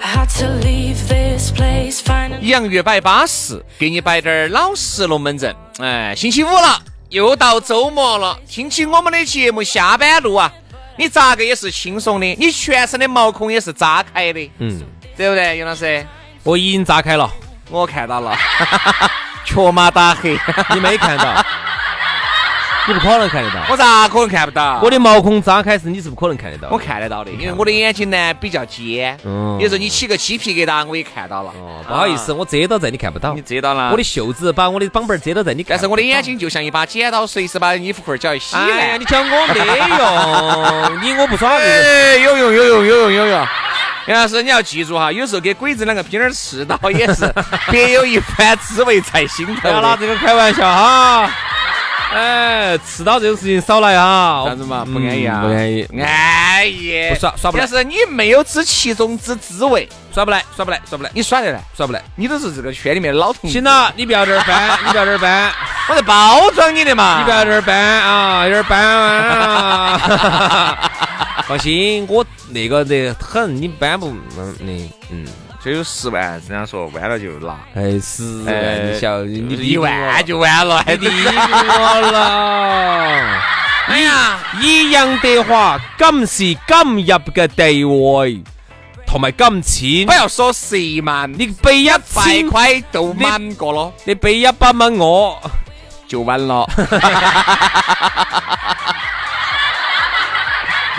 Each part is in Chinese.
I had to leave this place finally. 洋芋摆巴适，给你摆点儿老实龙门阵。哎，星期五了，又到周末了，听起我们的节目下班路啊，你咋个也是轻松的，你全身的毛孔也是扎开的，嗯，对不对，杨老师？我已经炸开了，我看到了， 瘸马打黑， 你没看 到，你不可能看得到。我咋可能看不到？我的毛孔扎开是你是不可能看得到我的。看得到的，因为我的眼睛呢比较尖，嗯有时候你起个鸡皮疙瘩我也看到了。哦，不好意思，啊我遮到在你看不到你。遮到了我的。袖子把我的绑板遮到在你看但不是到。我的眼睛就像一把剪刀，随时把衣服裤儿脚一洗哎呀，烂你。讲我没用，你我不耍这个。哎，有用有用有用有用。杨老师，你要记住哈，有时候给鬼子两个拼点刺刀也 是别有一番滋味在心头不要拿的。这个开玩笑哈。哎，刺刀这种事情少来啊！啥子嘛？不安逸啊？嗯不安逸，安逸。不耍耍不来但是你没有知其中之滋味，耍不来，耍不来，耍不来，你耍得来？耍不来。你都是这个圈里面的老同志行，了，你不要这儿搬，你不要这儿搬， 我在包装你的嘛。你不要这儿搬啊，有点搬啊。放心，我那个的很，你搬不，嗯，你嗯，就有十万，人家说弯了就拿，哎，十哎万，你晓，你就是比一不我万就完了，还你得比我了。哎呀，以杨德华今時今日嘅地位同埋金錢，不要说十万，你俾一百千，块都满过了。你俾一百蚊我，就完了。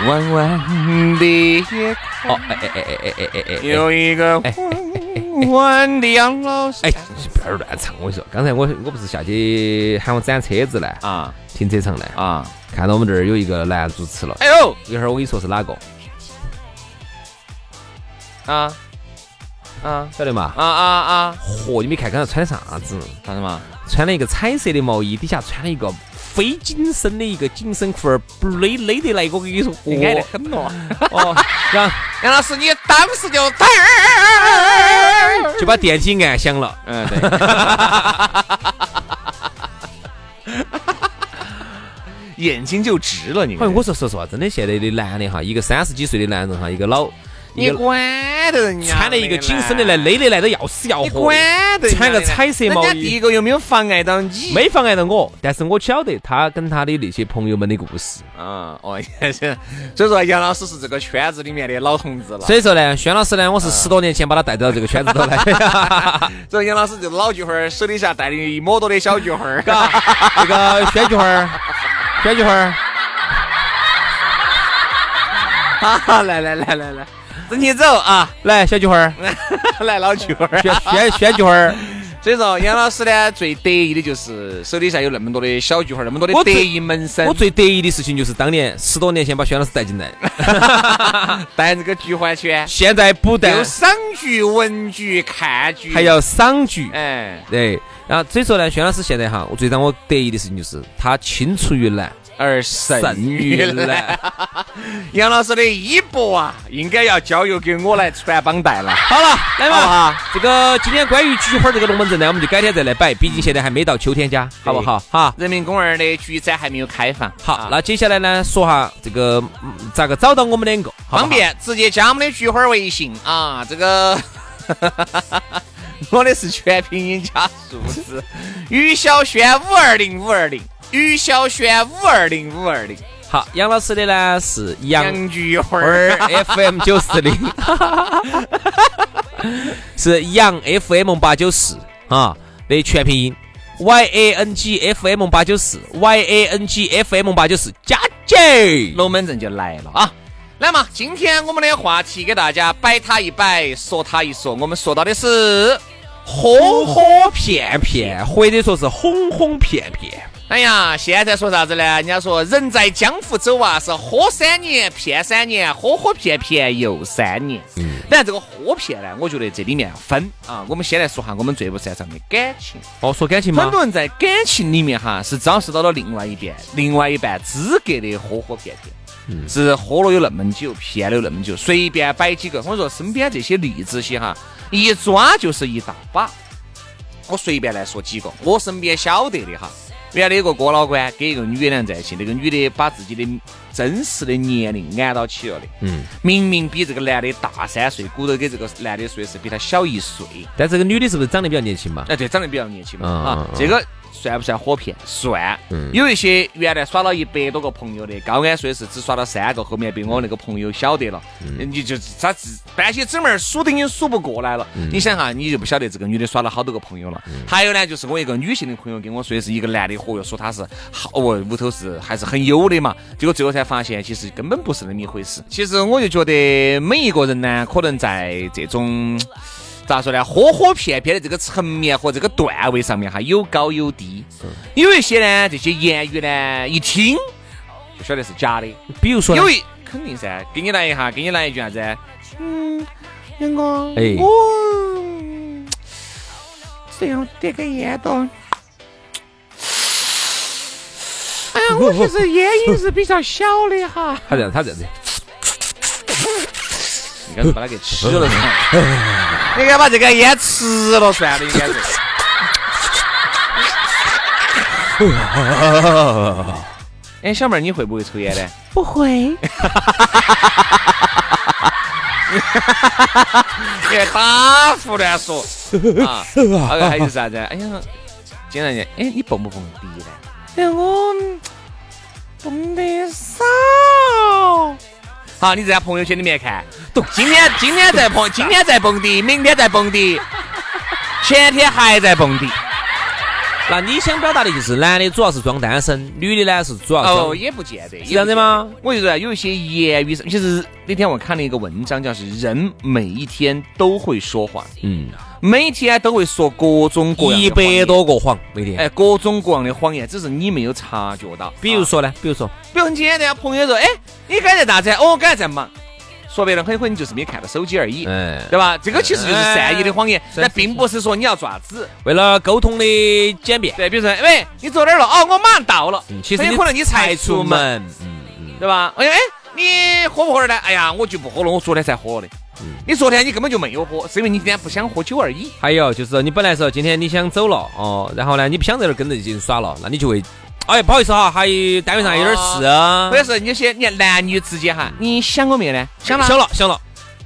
弯弯的夜哦，哎哎哎哎哎哎哎，有一个弯弯的养老山哎，你不要亂唱，我跟你說，剛才我我不是下去喊我斬車子呢，啊停車場呢，啊！看到我們這兒有一個男主持了，哎呦一會兒我跟你說是哪個，啊啊曉得嘛哦啊？啊啊！嚯，你没看剛才穿啥子？啥子嘛？穿了一個彩色的毛衣，底下穿了一個非緊身的一個緊身褲兒，不勒勒得來，我跟你說，你矮得哦很咯。 哦，然后。杨老师，你当时就就把电梯按响了。嗯对。眼睛就直了，你哎，我说说实话，真的现在的男的哈，一个三十几岁的男人哈，一个老，一你个管得人家穿了一个紧身的来，勒的来的要死要活你的，管得人家穿个彩色毛人家第一衣，个又没有妨碍到你。没妨碍到我。但是我晓得他跟他的那些朋友们的故事。嗯，哦，也是 所以说杨老师是这个圈子里面的老同志了。所以说呢，轩老师呢，我是十多年前把他带到这个圈子头来，所以杨老师就是老菊花儿手底下带的一抹多的小菊花儿，嘎，那个轩菊花儿，轩菊花儿，嘎，来来来来来，整起走啊， 来，小菊花儿，来老菊花儿。轩轩轩菊花儿，所以说杨老师呢，最得意的就是手底下有那么多的小菊花儿，那么多的我得最意门生 我，最得意的事情就是当年十多年前把轩老师带进来，带这个菊花圈，现在不但又赏菊、闻菊、看菊，还要赏菊。哎，对，然后所以说呢，轩老师现在哈，我最让我得意的事情就是他青出于蓝，而胜胜于于蓝。蓝。杨老师的衣钵啊，应该要交由给我来传帮带了。好了，好来不啊嘛好，这个今天关于菊花这个龙门阵呢，我们就改天再来摆，毕竟现在还没到秋天家，好不好？哈。人民公园的菊展还没有开放，好，那接下来呢，说哈这个嗯咋个找到我们两个，好不好方。便直接加我们的菊花微信啊，这个 我的是全拼音加数字，于小轩五二零五二零，于小轩五二零五二零，好，杨老师的呢是 杨杨菊花儿 儿 FM 九四零，是杨 FM 八九四啊的全拼音，Y A N G F M 八九四，Y A N G F M 八九四，加姐。龙门阵就来了啊！来嘛，今天我们的话题给大家摆它一摆，说它一说。我们说到的是，哄哄骗骗，或者说是哄哄骗骗。哎呀，现在说啥子呢？人家说人在江湖走啊，是喝三年骗三年，喝喝骗骗又三年。当然，这个喝骗呢，我觉得这里面要分啊。我们先来说下我们最不擅长的感情。哦，说感情很吗？多人在感情里面哈，是张视到了另外一边，另外一半资格的喝喝骗骗。嗯是喝了有那么久，骗了有那么久，随便摆几个。我说身边这些例子些哈，一抓就是一大把。我随便来说几个，我身边晓得的哈。原来有个哥老倌跟一个女的两人在一起，那个女的把自己的真实的年龄按到起了的，嗯，明明比这个男的大三岁，鼓捣给这个男的说的是比他小一岁，但这个女的是不是长得比较年轻嘛？哎，对，长得比较年轻嘛，嗯啊嗯，嗯嗯这个算不算火骗？算。有一些原来耍了一百多个朋友的，高安说的是只耍了三个，后面被我那个朋友晓得了，嗯你就他自搬起姊妹儿数都已经数不过来了。嗯你想哈，你就不晓得这个女的耍了好多个朋友了。还有呢，就是我一个女性的朋友跟我说的是一个男的，嚯哟，说他是好哦，屋头是还是很有的嘛。结果最后才发现，其实根本不是那么一回事。其实我就觉得每一个人呢，可能在这种。咋说呢？喝喝骗骗的这个层面和这个段位上面哈，有高有低。有一些呢，这些言语呢，一听就晓得是假的。比如说呢，有一肯定噻，给你来一下，给你来一句啥子？嗯，杨哥，哎我嗯这样点根烟到。哎呀，我其实烟瘾是比较小的哈。他这样，他这样子，应该是把它给吃 了算，应该把这个烟吃了算了，应 该是。哎，小妹儿，你会不会抽烟呢？不会，你还打胡乱说 啊！还有还有啥子？哎呀，经常讲，哎，你蹦不蹦迪呢？哎，我蹦的少。好，你在朋友圈里面看，今天今天在蹦，今天在蹦迪，明天在蹦迪，前天还在蹦迪。那你想表达的就是男的主要是装单身，女的呢是主要哦，装也不见得，也不这样的吗见得？我就说啊有一些言语上，其实那天我看了一个文章，叫是人每一天都会说谎，嗯，每一天都会说各种各样的一谎百言，多个谎每天。哎，各种各样的谎言，只是你没有察觉到。比如啊，说呢，比如说，比如很简单，朋友说，哎，你刚才在咋子？哦，我刚才在忙。说白了，很可能你就是没看到手机而已，嗯，对吧？这个其实就是善意的谎言，是但是并不是说你要爪子。为了沟通的简便，对，比如说，喂，你坐哪儿了？哦，我马上到了。嗯其实很有可能你才出出门。门，嗯嗯，对吧？哎呀，哎，你喝不喝了呢？哎呀，我就不喝了，我昨天才喝的。嗯你昨天你根本就没有喝，是因为你今天不想喝酒而已。还有就是，你本来说今天你想走了哦，然后呢，你不想在这儿跟这些人耍了，那你就会，哎，不好意思哈，还有单位上有点事啊或，者是你些你看男女之间哈，你想过没有呢？想了，想。了想了，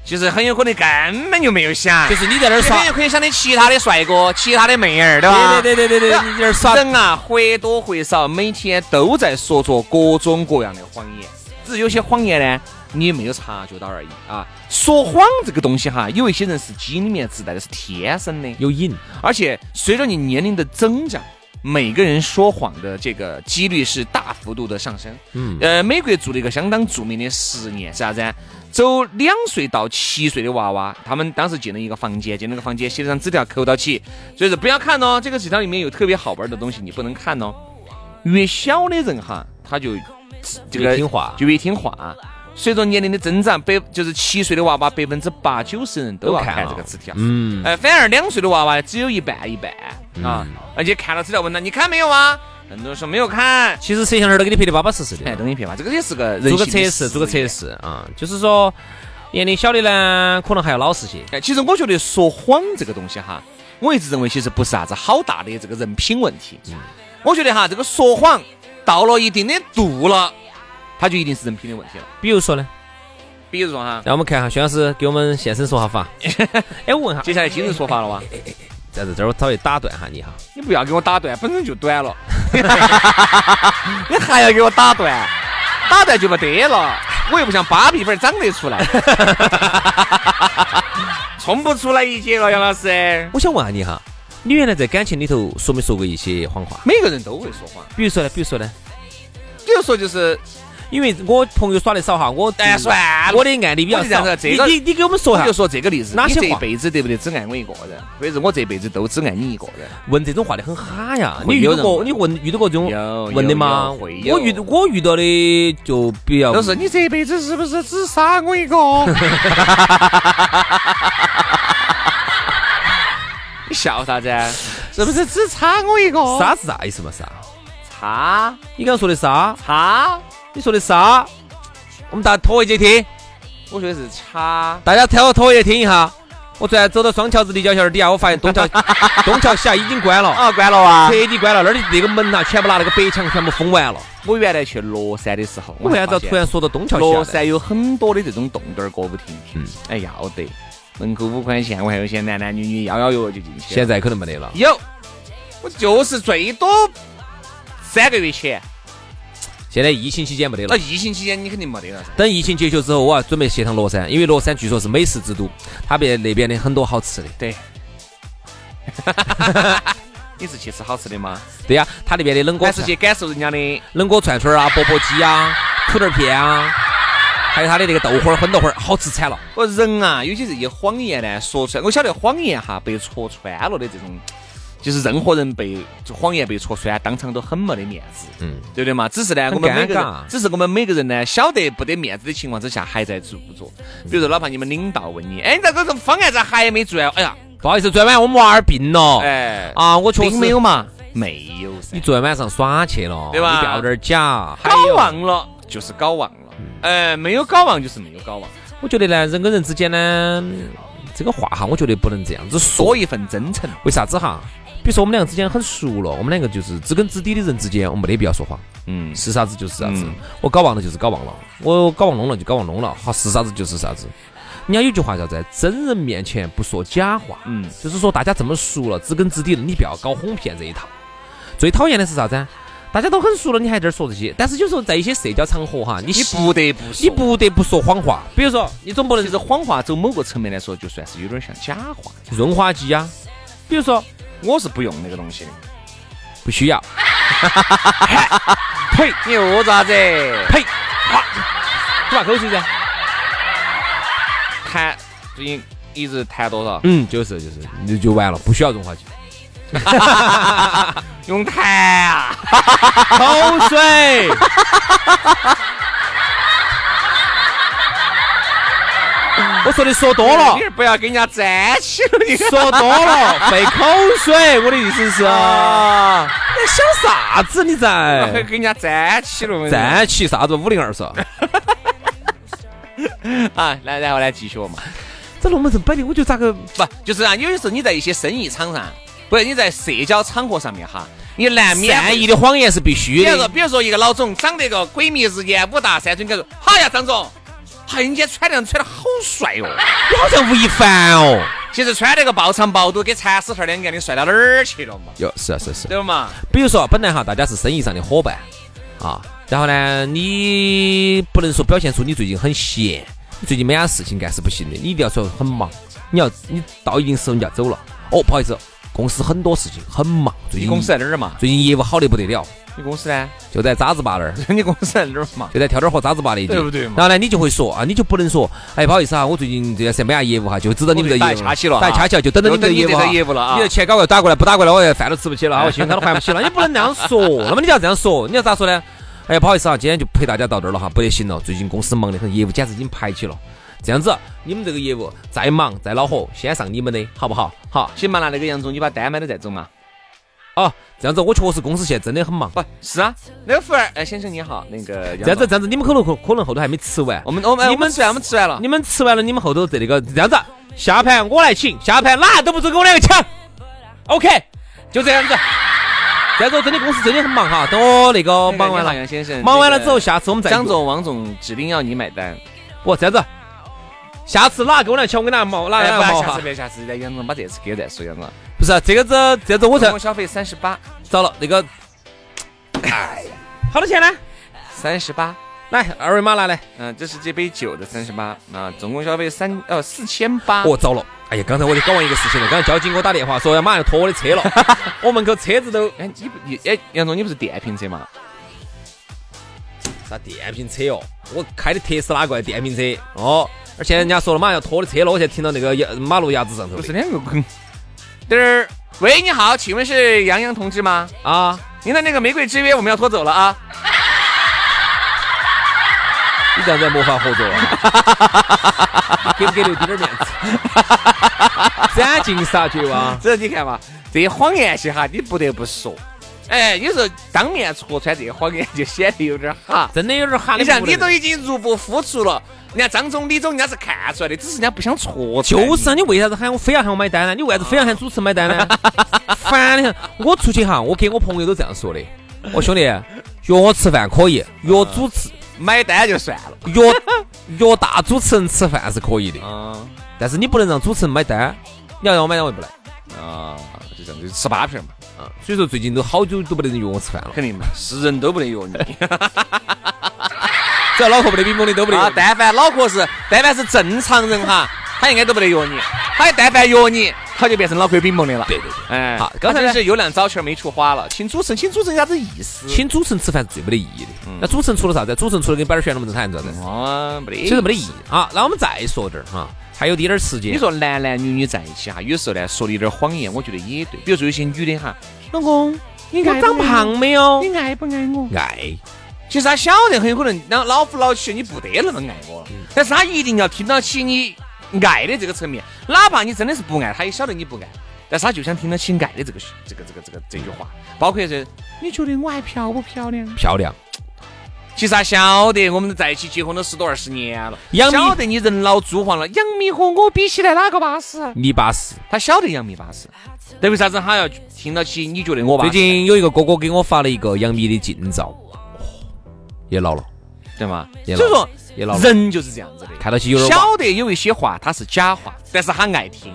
其实很有可能根本就没有想，就是你在那儿你耍很，有可能想的其他的帅哥、其他的妹儿，对吧？对对对对对对，你在那儿耍，人啊，或多或少每天都在说着各种各样的谎言，只是有些谎言呢，你没有察觉到而已啊。说谎这个东西哈，有一些人是基因里面自带的，是天生的。有瘾，而且随着你年龄的增长，每个人说谎的这个几率是大幅度的上升。嗯呃，美国做了一个相当著名的实验，是啥子啊？走两岁到七岁的娃娃，他们当时进了一个房间，进那个房间写了张纸条扣到起，所以说不要看哦，这个纸条里面有特别好玩的东西，你不能看哦。越小的人哈，他就这个嗯越听话就越听话。啊随着年龄的增长，百就是七岁的娃娃，百分之八九十人都要都看看了这个纸条。嗯，哎，反而两岁的娃娃只有一半一半啊，而且看到资料问他你看没有啊？很多人说没有看。其实摄像头都给你拍得巴巴适适的哎，，东西骗嘛，这个也是个人做个性的测试，做个实测验。试啊，就是说年龄小的呢，可能还要老实些，哎，其实我觉得说谎这个东西哈，我一直认为其实不是啥子好大的这个人品问题。嗯我觉得哈，这个说谎到了一定的度了，它就一定是人品的问题了。比如说呢，比如说哈，让我们看哈，薛老师给我们现身说 下法，哎，我问哈，接下来今日说法了哇，在这儿我稍微打断哈你哈，你不要给我打断，本身就短了， 你还要给我打断，打断就没得了，我又不像芭比粉儿长得出来。 冲不出来一截了，杨老师。我想问下你哈，你原来在感情里头说没说过一些谎话？每个人都会说谎，比如说呢，比如说呢，比如说就是因为我朋友耍得少哈，我哎算了我的案例比较我就这样少。子这个你你你给我们说我下就，说这个例子，哪些你这话辈子得不得只爱我一个人，或者是我这辈子都只爱你一个人？问这种话的很哈呀。你会遇有到人过问你问遇到过这种有问的有吗？有会我遇有我遇到的就比较都是你这辈子是不是只杀我一个？ 你笑啥子？啊是不是只差我一个？啥是啥意思嘛？啥？差你刚刚说的啥？差？你说的啥？我们大家拖一节听，我说的是差。大家拖拖一节听一下。我昨天走到双桥子立交桥底下，我发现东 桥东桥下已经关了。啊，关了啊！彻底关了，那儿的那个门呐、全部拿那个白墙全部封完了。我原来去乐山的时候，我为啥子要突然说到东桥乐下来？山有很多的这种洞洞儿歌舞厅？嗯，哎，要得，门口五块钱，我还有些男男女女摇摇悠悠就进去现了。在可能没得了。有，我就是最多三个月前，现在疫情期间没得那了。疫情期间你肯定没得了噻。等疫情解决之后，我要准备去趟乐山，因为乐山嗯据说是美食之都，它边那边的很多好吃的。 对， 你是去吃好吃的吗？对呀、它那边的冷锅还是串去感受人家的？冷锅串串啊、钵钵鸡啊、土豆片啊，还有它的那个豆花儿、荤豆花儿，好吃惨了。我人啊，有些这些谎言呢，说出来，我晓得谎言哈被戳穿了的这种，就是任何人被就谎言被戳穿，啊当场都很没得面子，嗯，对不对嘛？只是呢，很我们每个尴尬人，只是我们每个人呢，晓得不得面子的情况之下，还在做做。比如说，哪怕你们领导问你，哎，你这个方案咋还没做啊？哎呀，不好意思，昨晚我们娃儿病了。哎，啊，我确实并没有。嘛，没有噻你。昨天晚上耍去了，对吧你掉点儿假。还搞有，忘了就是搞忘了，嗯哎，没有搞忘就是没有搞忘，我觉得呢，人跟人之间呢，这个话哈，我觉得不能这样子说。多一份真诚。为啥子哈？比如说我们两个之间很熟了，我们两个就是知根知底的人之间，我没得必要说谎，嗯，是啥子就是啥子嗯。我搞忘了就是搞忘了，我搞忘弄了就搞忘弄了，好是啥子就是啥子。人家有句话叫在真人面前不说假话，嗯就是说大家这么熟了，知根知底了，你不要搞哄骗这一套。最讨厌的是啥子啊？大家都很熟了，你还在这儿说这些，但是有时候在一些社交场合哈，你你不得不说，你不得不说谎话，比如说你总不能其实谎话走某个层面来说，就算是有点像假话。润滑剂啊呀，比如说我是不用那个东西的。不需要，呸！你饿咋子？呸，吐把口水噻。谈最近一直谈多少？嗯，就是就是，你就完了，不需要润滑剂。用谈啊！口水。 我说的说多了你，不要跟人家粘起了你。说多了费口水。我的意思是，啊！你想啥子你会在？跟人家哎粘起了。我跟你说站起啥子五零二是？啊！来，然后来继续我嘛。这龙门阵摆的，我觉得咋个？不，就是啊，有的时候你在一些生意场上，不是你在社交场合上面哈，你难免善哎意的谎言是必须比如说，的。比如说一个老总长得个鬼迷日眼，五大三粗，你跟他说，好呀，张总，哎，你今天穿的穿的好帅哦。你好像吴亦凡哦。其实穿那个爆长爆肚跟蚕丝头两个，你帅到哪儿去了嘛？哟，是啊是啊是啊。对嘛？比如说，本来哈大家是生意上的伙伴啊，然后呢，你不能说表现出你最近很闲，你最近没啥事情干是不行的，你一定要说很忙。你要你到一定时候你就要走了。哦，不好意思，公司很多事情很忙，最你近公司在哪儿嘛？最近业务好的不得了，你公司呢？就在渣子坝 那儿，你公司在哪儿嘛？就在跳点儿河渣子坝那一地。对不对嘛然后呢，你就会说啊，你就不能说，哎，不好意思啊，我最近这段时间没啥业务哈，就知道你们这业我务，被打掐起了打哈掐起了，就等着你们这业务就等哈你这业务了啊你的钱赶快打过来，不打过来，我也饭都吃不起了，啊我信用卡都还 不起了，你不能那样说。那么你就要这样说，你要咋说呢？哎，不好意思啊，今天就陪大家到这儿了哈，不得行了，最近公司忙得很，业务简直已经排起了。这样子，你们这个业务再忙再恼火，先上你们的好不好？好行嘛，那那个杨总，你把单买了再走嘛。哦，这样子，我确实公司现在真的很忙。不是啊，那个服务员，哎，先生你好，那个这样子，子，这样子，你们可能可可能后头还没吃完，我们我们你我们吃完，我们吃完了。你们吃完了，你们后头这那个这样子，下盘我来请，下盘哪都不准跟我两个抢。OK，就这样子。这样子我真的公司真的很忙哈，等我那个忙完哎杨了，先生，忙完了之后，，下次我们再张。总、王总指定要你买单。不，这样子，下次哪跟我两个抢，我给哪毛哪哎两不个毛下次哈。别，下次来杨总把这次给再说，杨总。不是啊这个子，这样子我我才总共消费三十八，糟了那个。哎呀，好多钱呢？三十八。来，二维码拿来。嗯，这是这杯酒的三十八啊，总共消费三呃四千八。哦，糟了，哎哎呀，刚才我就搞完一个事情了，刚才交警给我打电话说要马上要拖我 的车了，我门口车子都哎，你不你哎，杨总，你不是电瓶车嘛？啥电瓶车哦，我开的特斯拉过来电瓶车哦，而且人家说了马上要拖我的车了，我才停到那个牙马路牙子上头不的是两个坑。嘚儿，喂，你好，请问是杨洋同志吗？啊，您的那个玫瑰之约我们要拖走了啊！你这样子模仿合作啊了，给不给刘丁点儿面 子？斩尽杀绝啊哇！这你看嘛，这些谎言些哈，你不得不说。哎，有时候当面戳穿这些谎言，就显得有点哈。真的有点哈你想，哎你都一已经入不敷出了，人家张总、李总人家是看出来的，只是人家不想戳穿你。就是啊，你为啥子喊我非要喊我买单呢？你为啥子非要喊主持人买单呢？烦的很！我出去哈，我给我朋友都这样说的。我兄弟约我吃饭可以，约主持买单就算了。约约大主持人吃饭是可以的，嗯但是你不能让主持人买单。你要让我买单，我就不来。啊，就这样，就吃八瓶嘛，啊，所以说最近都好久都不能约我吃饭了，肯定嘛，是人都不能约你。 只要脑壳不得冰崩的都不啊得，。但凡脑壳是，但凡是正常人哈，他应该都不得约你。他但凡约你，他就变成脑壳冰崩的了。对对对。哎，好刚才呢他真是有两招钱没处花了，请主持人，请主持人啥子意思？请主持人吃饭是最没得意义的。嗯那主持人除了啥子？主持人除了给你摆点旋龙门阵，他还能咋子？哦，没得，所以说没得意义啊。那我们再说点儿哈，还有滴点儿时间。你说男男女女在一起哈，有时候呢说的有点谎言，我觉得也对。比如说有些女的哈，老公，你我长胖没有？你爱不爱我？爱，其实他晓得很有可能，那老夫老妻你不得那么爱我了，但是他一定要听到起你爱的这个层面，哪怕你真的是不爱，他也晓得你不爱，但是他就想听到起爱的这个这个这个这个这句话，包括是你觉得我还漂不漂亮？漂亮。其实他晓得我们在一起结婚了十多二十年了，杨幂晓得你人老珠黄了，杨幂和我比起来哪个巴适？你巴适。他晓得杨幂巴适，但为啥子他要听到起你觉得我巴最适？近有一个哥哥给我发了一个杨幂的近照，哦也老了，对吗？也所以老说也老了人就是这样子的。看到起有点娃晓得有一些话它是假话，但是他爱听；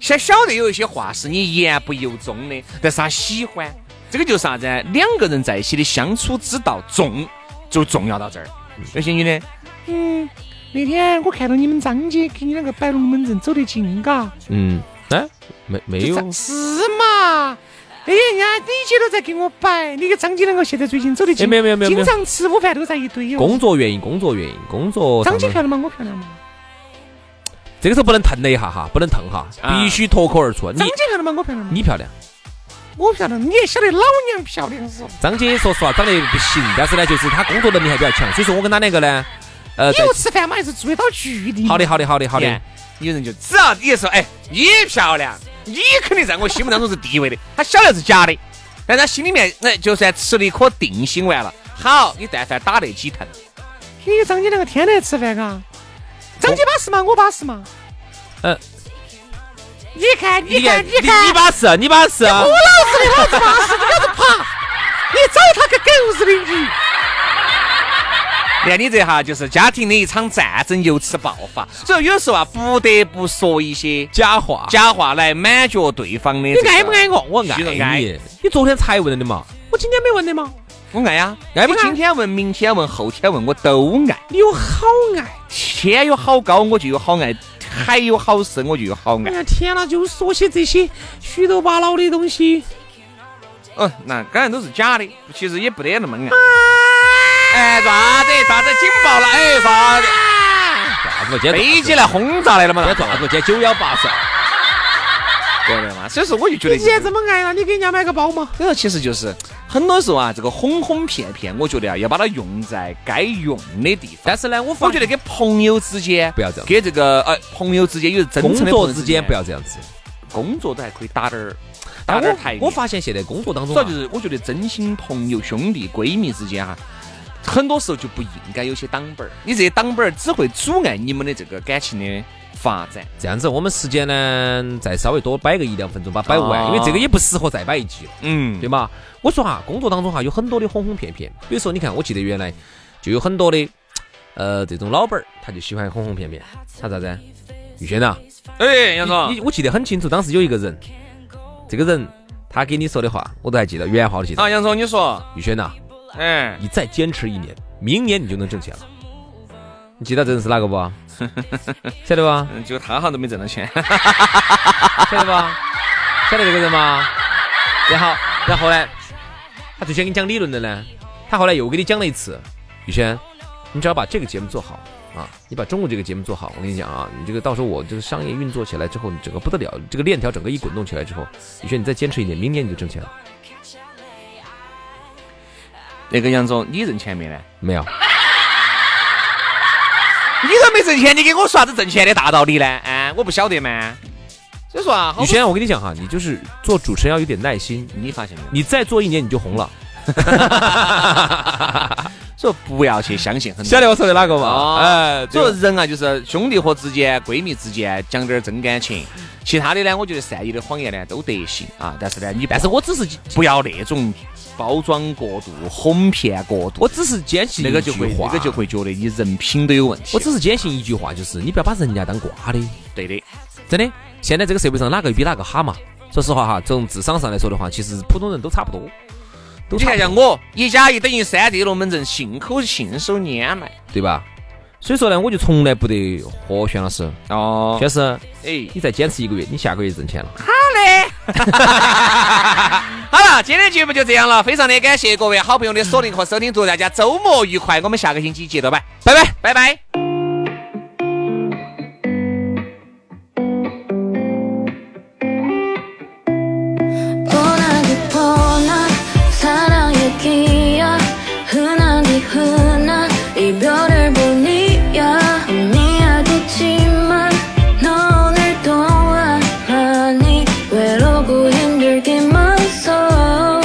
晓晓得有一些话是你言不由衷的，但是他喜欢。这个就是啥子？两个人在一起的相处之道重，就重要到这儿。有些女的，嗯，那天我看到你们张姐给你两个摆龙门阵走得近，嘎，嗯，哎，没没有，是嘛？哎呀，你姐都在给我摆，你跟张姐两个现在最近走得哎近，没有没有没有没有经常吃午饭都在一堆哟。工作原因，工作原因，工作上张姐头。漂亮吗？我漂亮吗？这个时候不能腾了一下哈，不能腾哈，啊必须脱口而出。你张姐漂亮吗？我漂亮吗？你漂亮，我漂亮，你也晓得老娘漂亮是吧？张姐说实话长得不行，但是呢，就是她工作能力还比较强，所以说我跟她两个呢，呃，在你又吃饭嘛，还是注意到距离。好的，好的，好的，好好的的。。有人就只要你说，哎，你漂亮，你肯定在我心目当中是第一位的。他晓得是假的，但他心里面，哎，就算吃了一颗定心丸了，好，你但凡打得几疼，你跟张姐两个天天吃饭嘎？张姐巴适吗？我巴适吗？嗯，你看，你看，你看，你巴适，你巴适啊，你找他个狗日的你！看你这哈就是家庭的一场战争由此爆发。所以有时候啊，不得不说一些假话。假话来满足对方的。你爱不爱？我？哎我其实爱爱你。你昨天才问的嘛？我今天没问的吗？我爱呀，爱不你爱今天问，明天问，后天问，我都爱。你有好爱，天有好高，我就有好爱；海有好深，我就有好哎爱。呀天哪，就说些这些虚头巴脑的东西。嗯，那当然都是假的，其实也不得那么爱。哎，啥子？啥子？警报了！哎，啥子？啥子嘛？啊今飞机来轰炸来了嘛今？天撞了个，今天九幺八是吧。对的嘛。所以说，我就觉得你，既然这么爱了，你给人家买个包嘛？这个其实就是很多时候啊，这个哄哄骗骗，我觉得啊，要把它用在该用的地方。但是呢，我我觉得跟朋友之间不要这样跟这个呃朋友之间有真工诚的朋友作之间不要这样子。工作都还可以打点儿打但点儿我台面。我发现现在工作当中主要啊就，是我觉得真心朋友、兄弟、闺蜜之间哈、很多时候就不应该有些挡板儿，你这些挡板儿只会阻碍你们的这个感情的发展。这样子，我们时间呢再稍微多摆个一两分钟，把它摆完，啊因为这个也不适合再摆一集了，嗯对吗？我说哈，工作当中啊哈有很多的哄哄骗骗，比如说你看，我记得原来就有很多的呃这种老板儿，他就喜欢哄哄骗骗，他咋子？啊宇轩呐、哎，杨你，我记得很清楚，当时有一个人，这个人他给你说的话，我都还记得，原话我都记得。啊，杨总，你说，宇轩啊呐，哎， 你再坚持一年，明年你就能挣钱了。你记得这人是哪个不？晓得吧？嗯，结果他好像都没挣到钱。 晓得吧？晓得这个人吗？然后，然后呢？他最先给你讲理论的呢，他后来又给你讲了一次。宇轩，你只要把这个节目做好啊，你把中午这个节目做好，我跟你讲啊，你这个到时候我这个商业运作起来之后，你整个不得了，这个链条整个一滚动起来之后，宇轩你再坚持一点，明年你就挣钱了。那个杨总，你挣钱没呢？没有，哦你都没挣钱，你给我说啥子挣钱的大道理呢？哎，我不晓得嘛。所以说啊，好多宇轩，我跟你讲哈，你就是做主持人要有点耐心，你发现没有？ 你再做一年你就红了。所以不要去相信很多。晓得我说的哪个吗？哦哎，所以说人啊，就是兄弟伙之间、闺蜜之间讲点儿真感情，嗯其他的呢，我觉得善意的谎言呢都得行啊。但是呢，你但是我只是不要那种包装过度、哄骗过度，我只是坚信那个就一句会话那个就会觉得你人品都有问题。我只是坚信一句话，就是你不要把人家当瓜的，对的，真的。现在这个社会上哪个比哪个哈嘛？说实话哈，从智商上来说的话，其实普通人都差不多，都你差看不多像我一加一等于三这龙门阵，信口信手拈来。对吧？所以说呢，我就从来不得喝轩老师，哦轩老师，哎，你再坚持一个月，你下个月就挣钱了。 好了，今天的节目就这样了，非常的感谢各位好朋友的锁定和收听，祝大家周末愉快，我们下个星期接着拜，拜拜，拜拜。 뻔하게 뻔한 사랑의 기억 흔하기 흔한 이별을 보니야 미안하지만 너 오늘 동안 많이 외롭고 힘들기만 써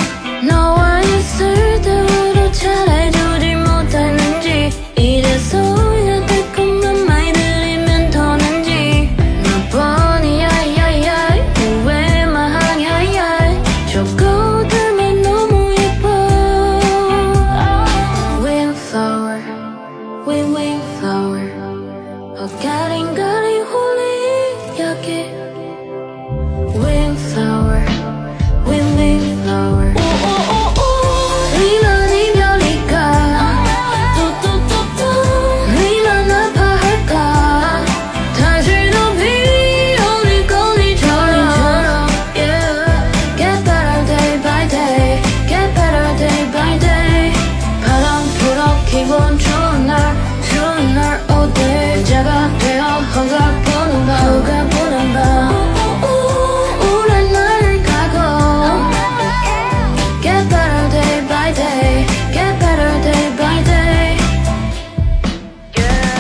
너와 있을 때로 잘해주지 못하는지 이제서야 달콤한 말 들으면 더는지 나뿐이야 야야 왜만 하냐야 저 꽃들만 너무 예뻐 Windflower Wind Windflower 어가링가링 홀리 여기 Windflower Wind Windflower 네만 이별일까 네만 아파할까 다시는 비오는 거리처럼 Get better day by day Get better day by day 바람 불어 기분 좋은 날 좋은 날 all day 자가 되어 허가보는 밤 허가보는 밤 우울한 날을 가고 Get better day by day Get better day by day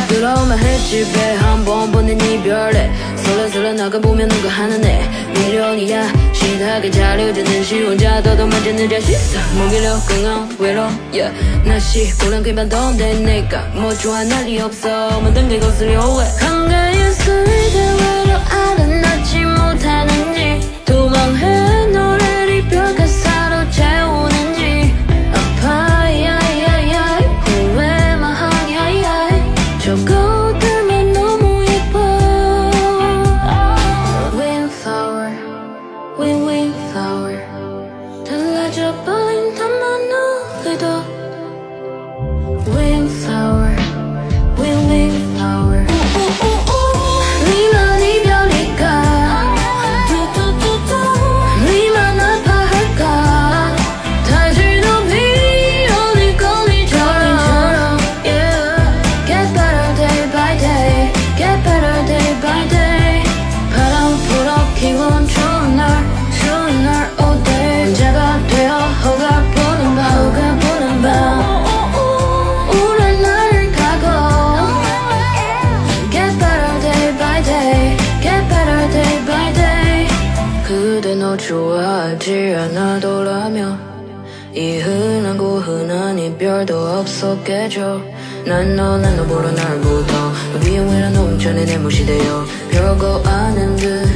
들어오면 횟집에 한 번 보는 이별에 설레설레 나가보면 누가 하는 애 미련이야 시다게 자려드는 시 혼자 더듬어지는 자식 목일로 끊어 외로 yeah. 날씨 보란 그만 더운데 내가 뭐 좋아 날이 없어 만든 게 거슬려 오해 한가에 술이 대화로 알아나지 못하는지 도망해 너를 이별가 사로채우는지 아파야야야 후회만 하냐야 저 꽃들만 너무 예뻐 Windflower Wind Windflower 달라져 버린 단만 너에도 Windflower Wind Windflower 네만 이별일까 네만 아파할까 다시는 비오는 거리처럼 Get better day by day Get better day by day 바람 불어 기분 좋은 날 좋은 날 all day 혼자가 되어 허가 보는 밤 허가 보는 밤 우울한 날을 가고 Get better day by day Get better day by day 그대 너 좋아하지 않아도라면 이 흔한 고흔한 이별도 없었겠죠 난너난너 보러 날부터 위험이란 놈전에 내무시되어 별거 아닌 듯 oh